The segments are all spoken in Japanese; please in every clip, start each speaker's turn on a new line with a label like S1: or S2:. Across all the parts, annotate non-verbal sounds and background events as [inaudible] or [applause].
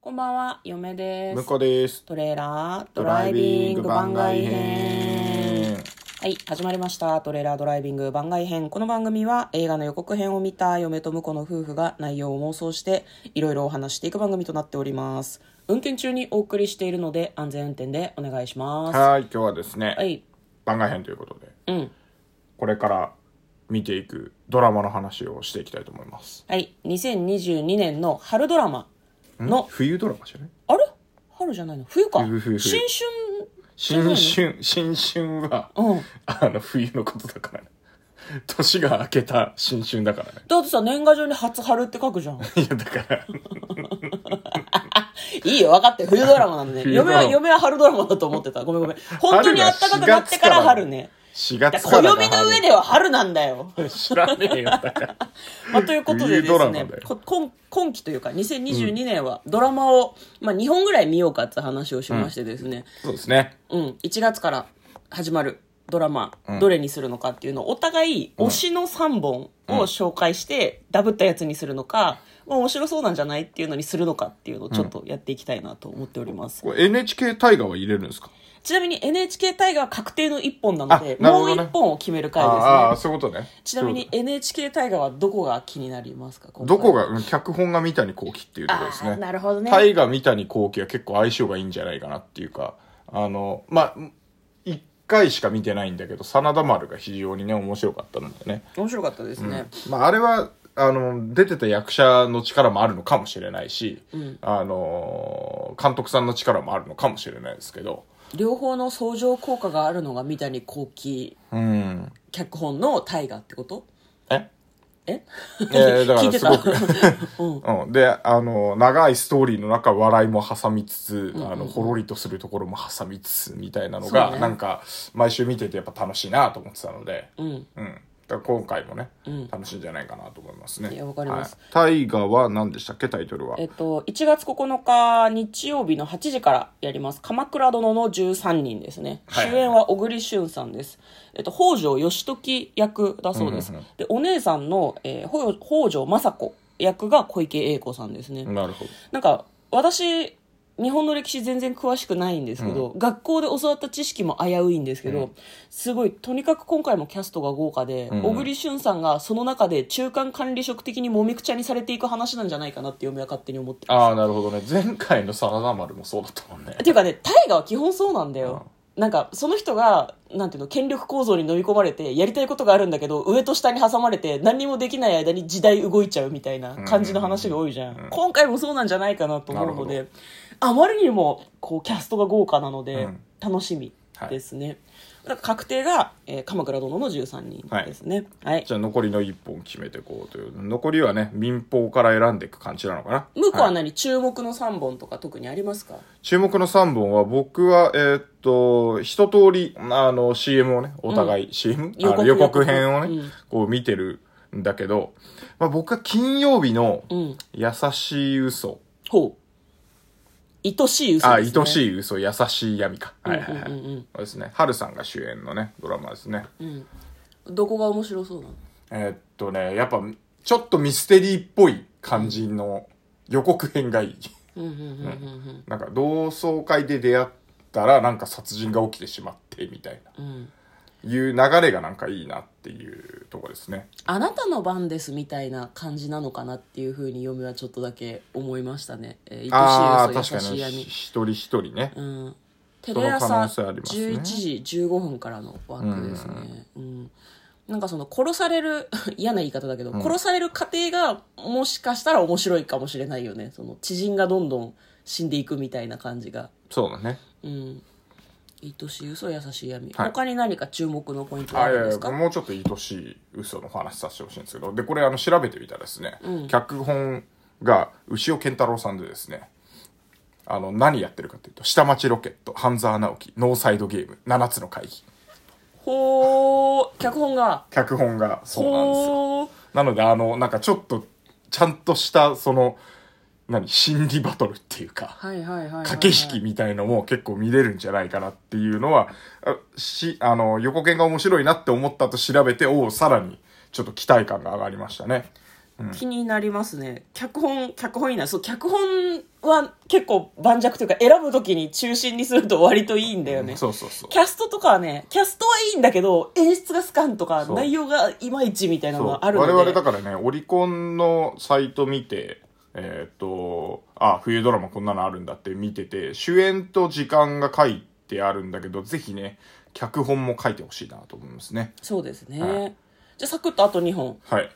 S1: こんばんは、嫁です。
S2: 向こうです。
S1: トレーラードライビング番外編。。はい、始まりました。トレーラードライビング番外編。この番組は映画の予告編を見た嫁と婿の夫婦が内容を妄想していろいろお話していく番組となっております。運転中にお送りしているので安全運転でお願いします。は
S2: はい、今日はですね、
S1: い、
S2: 番外編ということで、
S1: うん。
S2: これから見ていくドラマの話をしていきたいと思います。
S1: はい、2022年の春ドラマの、
S2: 冬ドラマじゃない
S1: あれ春じゃないの冬か。
S2: 冬冬冬
S1: 新春
S2: 新春、新春は、
S1: うん
S2: あの、冬のことだからね。年が明けた新春だからね。 [laughs]
S1: だってさ、年賀状に初春って書くじゃん。
S2: いや、だから、
S1: いいよ、分かって。冬ドラマなんでね。
S2: 冬ド
S1: 嫁
S2: ラマ
S1: は、嫁は春ドラマだと思ってた。ごめんご
S2: [laughs]
S1: めん。本当に暖かくなってから春ね。
S2: 4
S1: だ
S2: 月
S1: か
S2: からら
S1: 暦の上では春なんだよ。
S2: で。知らねえよ、だから。
S1: まあ、ということでで
S2: 冬ド
S1: す
S2: ラマ
S1: ね
S2: だよ、
S1: こ今今期というか、2022年はドラマを、まあ、2本ぐらい見ようかって話をしましてですね、
S2: そうですね。
S1: うん、1月から始まるドラマ、
S2: うん
S1: どれにするのかっていうのを、お互い推しの3本を紹介して、ダブったやつにするのか、まあ、面白そうなんじゃないっていうのにするのかっていうのをちょっとやっていきたいなと思っております。
S2: これ NHK 大河は入れるんですか
S1: ちなみに NHK 大河は確定の1本なので、
S2: あなる
S1: も
S2: ほ
S1: う
S2: どね
S1: 1本を決める回です
S2: ああ、
S1: ね。
S2: そういうことね。
S1: ちなみに NHK 大河はどこが気になりますか今回
S2: どこが、うん脚本が三谷幸喜っていうところです
S1: あー。
S2: ね
S1: なるほどね
S2: 大河三谷幸喜は結構相性がいいんじゃないかなっていうか、あの、まあ、一回しか見てないんだけど、真田丸が非常にね、面白かったのでね。
S1: 面白かったですね。
S2: まあ、あれは、あの、出てた役者の力もあるのかもしれないし、
S1: ん
S2: あの、監督さんの力もあるのかもしれないですけど、
S1: 両方の相乗効果があるのが三谷幸喜
S2: うん。
S1: 脚本の大河ってこと
S2: え
S1: え
S2: えーだから
S1: [laughs] 聞いてた
S2: す
S1: [laughs]
S2: ごうん、であの長いストーリーの中笑いも挟みつつ、あのほろりとするところも挟みつつみたいなのが、
S1: そうね
S2: なんか毎週見ててやっぱ楽しいなと思ってたので、
S1: う
S2: うん
S1: ん。
S2: だから今回もね、
S1: ん
S2: 楽しいんじゃないかなと思いますね
S1: いやわかります、
S2: はい、大河は何でしたっけタイトルは
S1: えっと、1月9日日曜日の8時からやります「鎌倉殿の13人」ですね、
S2: はい
S1: 主演は小栗旬さんです、えっと、北条義時役だそうです、
S2: うんうんう
S1: でお姉さんの、えー北北条政子役が小池栄子さんですね、
S2: なるほ
S1: なんか私日本の歴史全然詳しくないんですけど、学校で教わった知識も危ういんですけど、すごいとにかく今回もキャストが豪華で、
S2: うん
S1: 小栗旬さんがその中で中間管理職的にもみくちゃにされていく話なんじゃないかなって嫁は勝手に思って
S2: どああなるほどね前回の真田丸もそうだったもんね
S1: っていうかね大河は基本そうなんだよ、なんかその人がなんていうの権力構造に飲み込まれてやりたいことがあるんだけど上と下に挟まれて何にもできない間に時代動いちゃうみたいな感じの話が多いじゃん、今回もそうなんじゃないかなと思うの
S2: な
S1: であまりにもこうキャストが豪華なので、
S2: うん
S1: 楽しみですね、だから確定が、えー鎌倉殿の13人ですねはい、
S2: じゃあ残りの1本決めていこうという残りはね民放から選んでいく感じなのかな
S1: 向こうは何、注目の3本とか特にありますか
S2: 注目の3本は僕は、えーっと、一通り、あの、CM をね、お互い、CM?
S1: 予
S2: あ
S1: 告
S2: の予告編をね、
S1: 予告うん
S2: こう見てるんだけど、まあ僕は金曜日の
S1: うん
S2: 優しい嘘、
S1: ほう愛しい嘘
S2: あ、
S1: です、ね、
S2: 愛し
S1: い
S2: い嘘、優しい闇か。はいはいは
S1: う
S2: い。
S1: んうんうんうん
S2: そうですね。春さんが主演のね、ドラマですね。
S1: どこが面白そうなの
S2: えーっとね、やっぱ、ちょっとミステリーっぽい感じの予告編がいい。
S1: うんうんうんうん
S2: なんか、同窓会で出会ったら、なんか殺人が起きてしまって、みたいな。
S1: うんうん
S2: いう流れがなんかいいなっていうとこですね。
S1: あなたの番ですみたいな感じなのかなっていうふうに嫁はちょっとだけ思いましたね、えー、
S2: ああ
S1: 愛
S2: ー、
S1: しい
S2: 確
S1: 嘘優し
S2: か
S1: い
S2: に
S1: 闇
S2: 一人一人ね。
S1: うんテ
S2: の
S1: レ朝
S2: 可能性ありますね
S1: 11時15分からの枠ですねうんなんかその殺される嫌な言い方だけど、殺される過程がもしかしたら面白いかもしれないよねその知人がどんどん死んでいくみたいな感じが
S2: そうだね。
S1: うん愛しい嘘優しい闇、
S2: はい
S1: 他に何か注目のポイントは
S2: あ
S1: あ
S2: い
S1: るん
S2: や
S1: で
S2: い
S1: すか
S2: やもうちょっと愛しい嘘の話させてほしいんですけど、で、これあの調べてみたらですね、脚本が牛尾健太郎さんでですね、あの、何やってるかというと、下町ロケット、半沢直樹、ノーサイドゲーム、7つの会議。
S1: ほー、脚本が。
S2: 脚本がそうなんですよ。
S1: ほー。
S2: なので、あの、なんかちょっと、ちゃんとした、その、何、心理バトルっていうか、
S1: はいはいはいはい、はい。
S2: 駆け引きみたいのも結構見れるんじゃないかなっていうのは、あし、あの、横剣が面白いなって思ったと調べて、おうさらにちょっと期待感が上がりましたね。
S1: 気になりますね。脚本、脚本いいな。そう、脚本は結構盤石というか選ぶときに中心にすると割といいんだよね。
S2: そうそうそう
S1: キャストとかはね、キャストはいいんだけど、演出がスカンとか、
S2: そう
S1: 内容がいまいちみたいなの
S2: そう
S1: があるので。
S2: 我々だからねオリコンのサイト見てえーっとあ冬ドラマこんなのあるんだって見てて主演と時間が書いてあるんだけどぜひね脚本も書いてほしいなと思いますね
S1: そうですね。
S2: はい
S1: じゃあ、サクッとあと2本。
S2: はい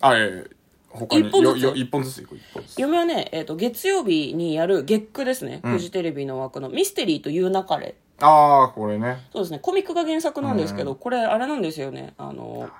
S2: あえー、他に
S1: 一本ずつ
S2: よよ一本ずついこう一本ずつ
S1: 嫁はね、えっ、と、月曜日にやる月9ですね。フジテレビの枠のミステリーという流れ。
S2: ああこれね
S1: そうですね。コミックが原作なんですけど、これ、あれなんですよね。あの、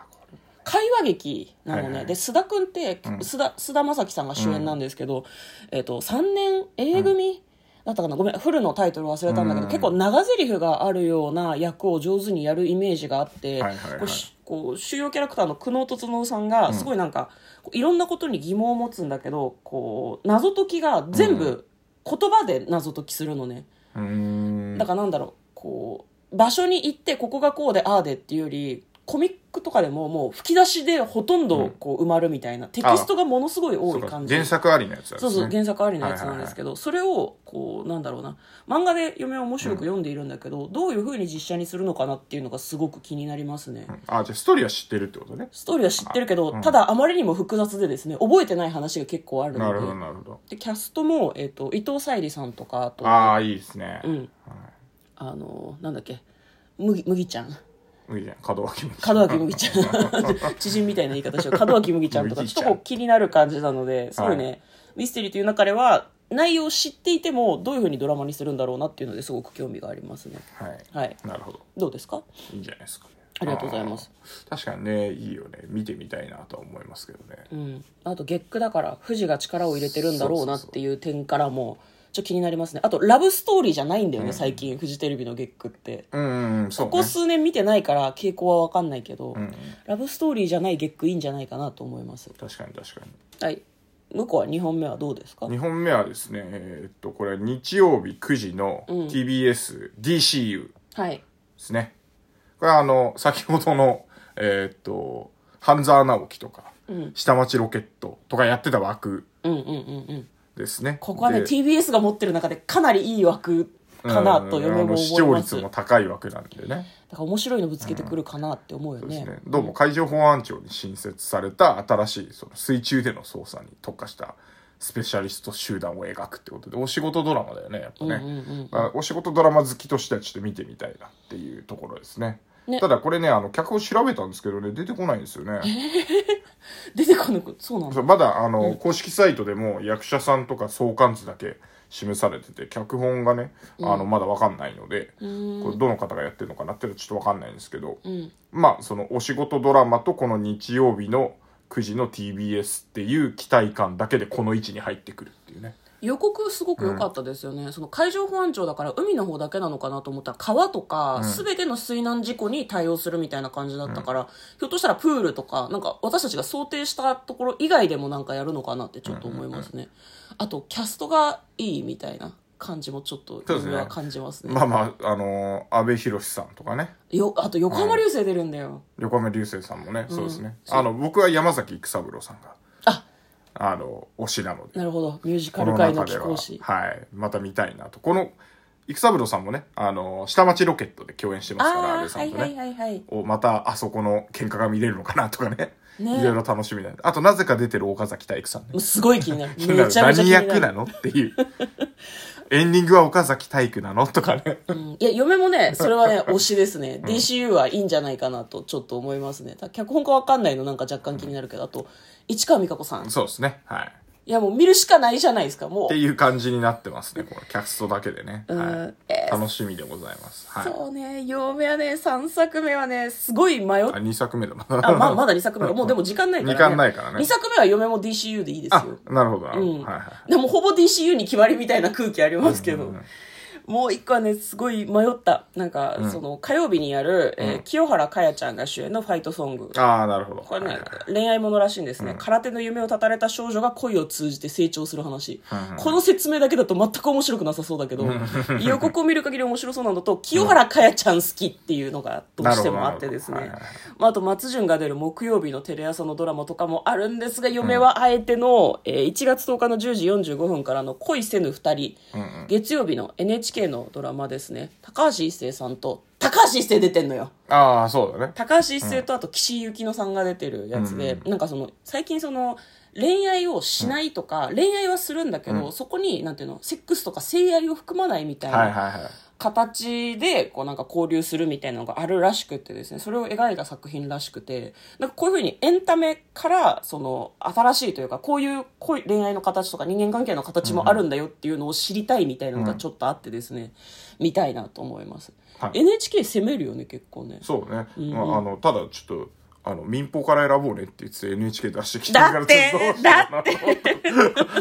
S1: 会話劇なのね。
S2: はいはい
S1: で、須田くんって、須田、須田正樹さんが主演なんですけど、えっ、と、3年 A 組、だったかなごめんフルのタイトル忘れたんだけど、
S2: うん
S1: 結構長台詞があるような役を上手にやるイメージがあって、
S2: はいはいはい
S1: こうしこう主要キャラクターの久能整さんがすごいなんか、こういろんなことに疑問を持つんだけどこう謎解きが全部言葉で謎解きするのね。
S2: うーん
S1: だからなんだろうこう場所に行ってここがこうでああでっていうよりコミックとかでももう吹き出しでほとんどこう埋まるみたいな、テキストがものすごい多
S2: そう
S1: い
S2: か
S1: 感じ
S2: 原作ありのやつだ
S1: そうそう原作ありのやつ
S2: はい
S1: な
S2: は
S1: ん
S2: いはい
S1: ですけど、それをこうなんだろうな漫画で嫁は面白く読んでいるんだけど、どういうふうに実写にするのかなっていうのがすごく気になりますね、
S2: あじゃあストーリーは知ってるってことね
S1: ストーリーは知ってるけど、ただあまりにも複雑でですね覚えてない話が結構ある
S2: な
S1: の
S2: るほど
S1: で
S2: なるほど
S1: でキャストも、えっと伊藤沙莉さんとかあと
S2: ああいいですね、
S1: うん、あのなんだっけ麦麦ちゃん
S2: いいじゃん門脇麦
S1: 門脇麦ちゃん [laughs] 知人みたいな言い方しよう門脇麦ちゃんとか
S2: 麦
S1: ち
S2: ち
S1: ょっ
S2: ゃん
S1: とこう気になる感じなのですごいね、ミステリーという中では内容を知っていてもどういうふうにドラマにするんだろうなっていうのですごく興味がありますね
S2: はい、
S1: はい
S2: なるほど
S1: どうですか
S2: いいんじゃないですかね
S1: ありがとうございます
S2: あー確かにねいいよね見てみたいなとは思いますけどね
S1: うんあと月9だから富士が力を入れてるんだろうなっていう点からもちょっと気になりますねあとラブストーリーじゃないんだよね、最近フジテレビの月9って
S2: うんうんうんそう
S1: ここ
S2: ね
S1: 数年見てないから傾向は分かんないけど、
S2: ん
S1: ラブストーリーじゃない月9いいんじゃないかなと思います
S2: 確かに確か
S1: はい向こうは2本目はどうですか
S2: に2本目はですねえーっとこれは日曜日9時の TBSDCU で
S1: はい
S2: すね、これはあの先ほどのえーっと半沢直樹とか、下町ロケットとかやってた枠
S1: うんうんうんうん
S2: ですね
S1: ここはね
S2: で
S1: TBS が持ってる中でかなりいい枠かなと
S2: うん
S1: 嫁
S2: あ
S1: も
S2: の視
S1: 思い
S2: 聴
S1: ます
S2: 率
S1: だ
S2: も
S1: か
S2: 高い枠なんでね
S1: ら面白いのぶつけてくるかなって思うよ
S2: そうです
S1: ね,、
S2: ね、どうも海上保安庁に新設された新しいその水中での捜査に特化したスペシャリスト集団を描くってことでお仕事ドラマだよねやっぱね、まあお仕事ドラマ好きとしてはちょっと見てみたいなっていうところですね
S1: ね
S2: ただこれねあの脚本調べたんですけどね出てこないんですよね
S1: 出てこなくそうなん
S2: そ
S1: だ
S2: うまだあの、公式サイトでも役者さんとか相関図だけ示されてて脚本がねあのまだわかんないので、これどの方がやってるのかなっていうのはちょっとわかんないんですけど、
S1: うん
S2: まあそのお仕事ドラマとこの日曜日の9時の TBS っていう期待感だけでこの位置に入ってくるっていうね
S1: 予告すごく良かったですよね、その海上保安庁だから海の方だけなのかなと思ったら川とか全ての水難事故に対応するみたいな感じだったから、ひょっとしたらプールとかなんか私たちが想定したところ以外でもなんかやるのかなってちょっと思いますね、あとキャストがいいみたいな感じもちょっと
S2: そうですね
S1: 今は感じますね
S2: まあまああのー、安部寛さんとかね
S1: よあと横浜流星出るんだよ、
S2: 横浜流星さんもね、そうですねあの僕は山崎育三郎さんが
S1: あ
S2: あの推しなので
S1: なるほどミュージカ
S2: こ
S1: ル
S2: の
S1: 界の
S2: 中
S1: 貴
S2: では
S1: 公子
S2: はいまた見たいなとこの育三郎さんもねあの下町ロケットで共演してますから安
S1: あ
S2: 部
S1: あ
S2: さ
S1: は
S2: ん
S1: い
S2: と
S1: は
S2: ね
S1: いはいはい
S2: をまたあそこの喧嘩が見れるのかなとかね
S1: ね
S2: いろいろ楽しみだねあとなぜか出てる岡崎体育さんね
S1: もうすごい気に
S2: [laughs]
S1: なる [laughs] めちゃめちゃ気
S2: 何
S1: になる
S2: 役なのっていうエンディングは岡崎体育なのとか
S1: [laughs]
S2: ね
S1: いや、嫁も
S2: [laughs]
S1: ね、それはね、推しですね。DCU はいいんじゃないかなと、ちょっと思いますね。ただ脚本家わかんないの、なんか若干気になるけど、あと、市川美香子さん。い
S2: そうですねはい
S1: や、もう見るしかないじゃないですか、も
S2: っていう感じになってますねこのキャストだけでね、
S1: うん
S2: は
S1: え
S2: い、
S1: ー
S2: 楽しみでございます、
S1: う。
S2: はい、
S1: そうね、嫁はね、3作目はね、すごい迷っ
S2: あ2作目だま
S1: あ、まあ、まだ2作目。もうでも時間ないから、ね。
S2: 時間ないからね
S1: 2作目は嫁も DCU でいいです
S2: [laughs] あ
S1: よ。
S2: なるほどなるほど、
S1: うん
S2: はいはい
S1: でもほぼ DCU に決まりみたいな空気ありますけど。もう一個はね、すごい迷った。なんか、その、火曜日にやる、えー清原かやちゃんが主演のファイトソング。
S2: ああ、なるほど。
S1: これ
S2: はい
S1: ね
S2: はいはい、
S1: 恋愛ものらしいんですね、空手の夢を絶たれた少女が恋を通じて成長する話、この説明だけだと全く面白くなさそうだけど、予告を見る限り面白そうなのと清原かやちゃん好きっていうのがどうしてもあってですね、
S2: なるほどなる
S1: まあ、あと松潤が出る木曜日のテレ朝のドラマとかもあるんですが嫁はあえての、えー1月10日の10時45分からの「恋せぬ二人、月曜日の NHK のドラマですね高橋一生さんと高橋一生出てんのよ
S2: ああ、そうだね。
S1: 高橋一生とあと岸井ゆきのさんが出てるやつで、なんかその最近その恋愛をしないとか、恋愛はするんだけど、そこになんていうのセックスとか性愛を含まないみたい
S2: はい
S1: な
S2: はいはい。
S1: 形でこうなんか交流するみたいなのがあるらしくてですねそれを描いた作品らしくてなんかこういうふうにエンタメからその新しいというかこういう恋恋愛の形とか人間関係の形もあるんだよっていうのを知りたいみたいなのがちょっとあってですね、見たいなと思います、
S2: はい
S1: NHK 攻めるよね結構ね
S2: そうね。まあ、あの、ただちょっと、あの、民放から選ぼうねって言って NHK 出してきてるから、ちょとどうしようかなと思って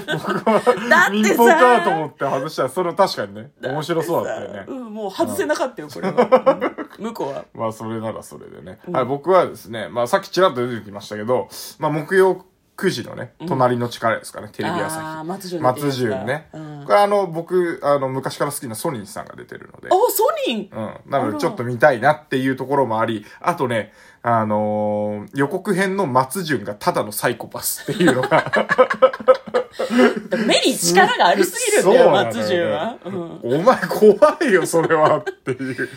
S1: だって
S2: 民
S1: さ
S2: 放かと思って外したら、それは確かにね、面白そうだったよね
S1: う。ん、もう外せなかったよ、これは。うん向こうは。
S2: まあ、それならそれでね。はい、僕はですね、まあ、さっきちらっと出てきましたけど、まあ、木曜9時のね、隣の力ですかね、テレビ朝
S1: あー
S2: 日。
S1: 松潤の
S2: 松潤ね。
S1: うん
S2: これあの、僕、あの、昔から好きなソニーさんが出てるので
S1: あ、。ソニー
S2: うん。なので、ちょっと見たいなっていうところもあり、あとね、あのー予告編の松潤がただのサイコパスっていうのが。
S1: 目に力 [laughs] がありすぎるんだ
S2: そ
S1: よ、
S2: うなの
S1: 松潤は。うん
S2: お前怖いよ、それはっていう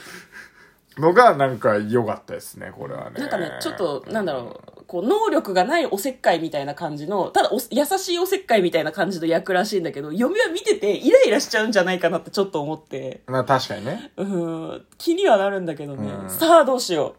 S2: のが、なんか良かったですね、これはね。
S1: なんかね、ちょっと、なんだろう、こう、能力がないおせっかいみたいな感じの、ただお、優しいおせっかいみたいな感じの役らしいんだけど、嫁は見ててイライラしちゃうんじゃないかなってちょっと思って、
S2: まあ確かにね。
S1: うん、気にはなるんだけどね。さあ、どうしよ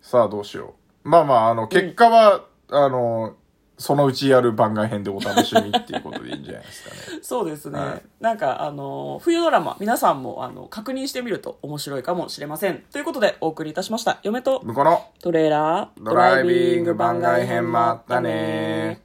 S2: さあどうしよう。まあまあ、あの、結果は、あの、そのうちやる番外編でお楽しみっていうことでいいんじゃないですかね。
S1: う。そうですね。
S2: はい
S1: なんか、あの、冬ドラマ、皆さんも、あの、確認してみると面白いかもしれません。ということで、お送りいたしました。嫁と、
S2: 向こうの
S1: トレーラード
S2: ドライビング番外編もあったね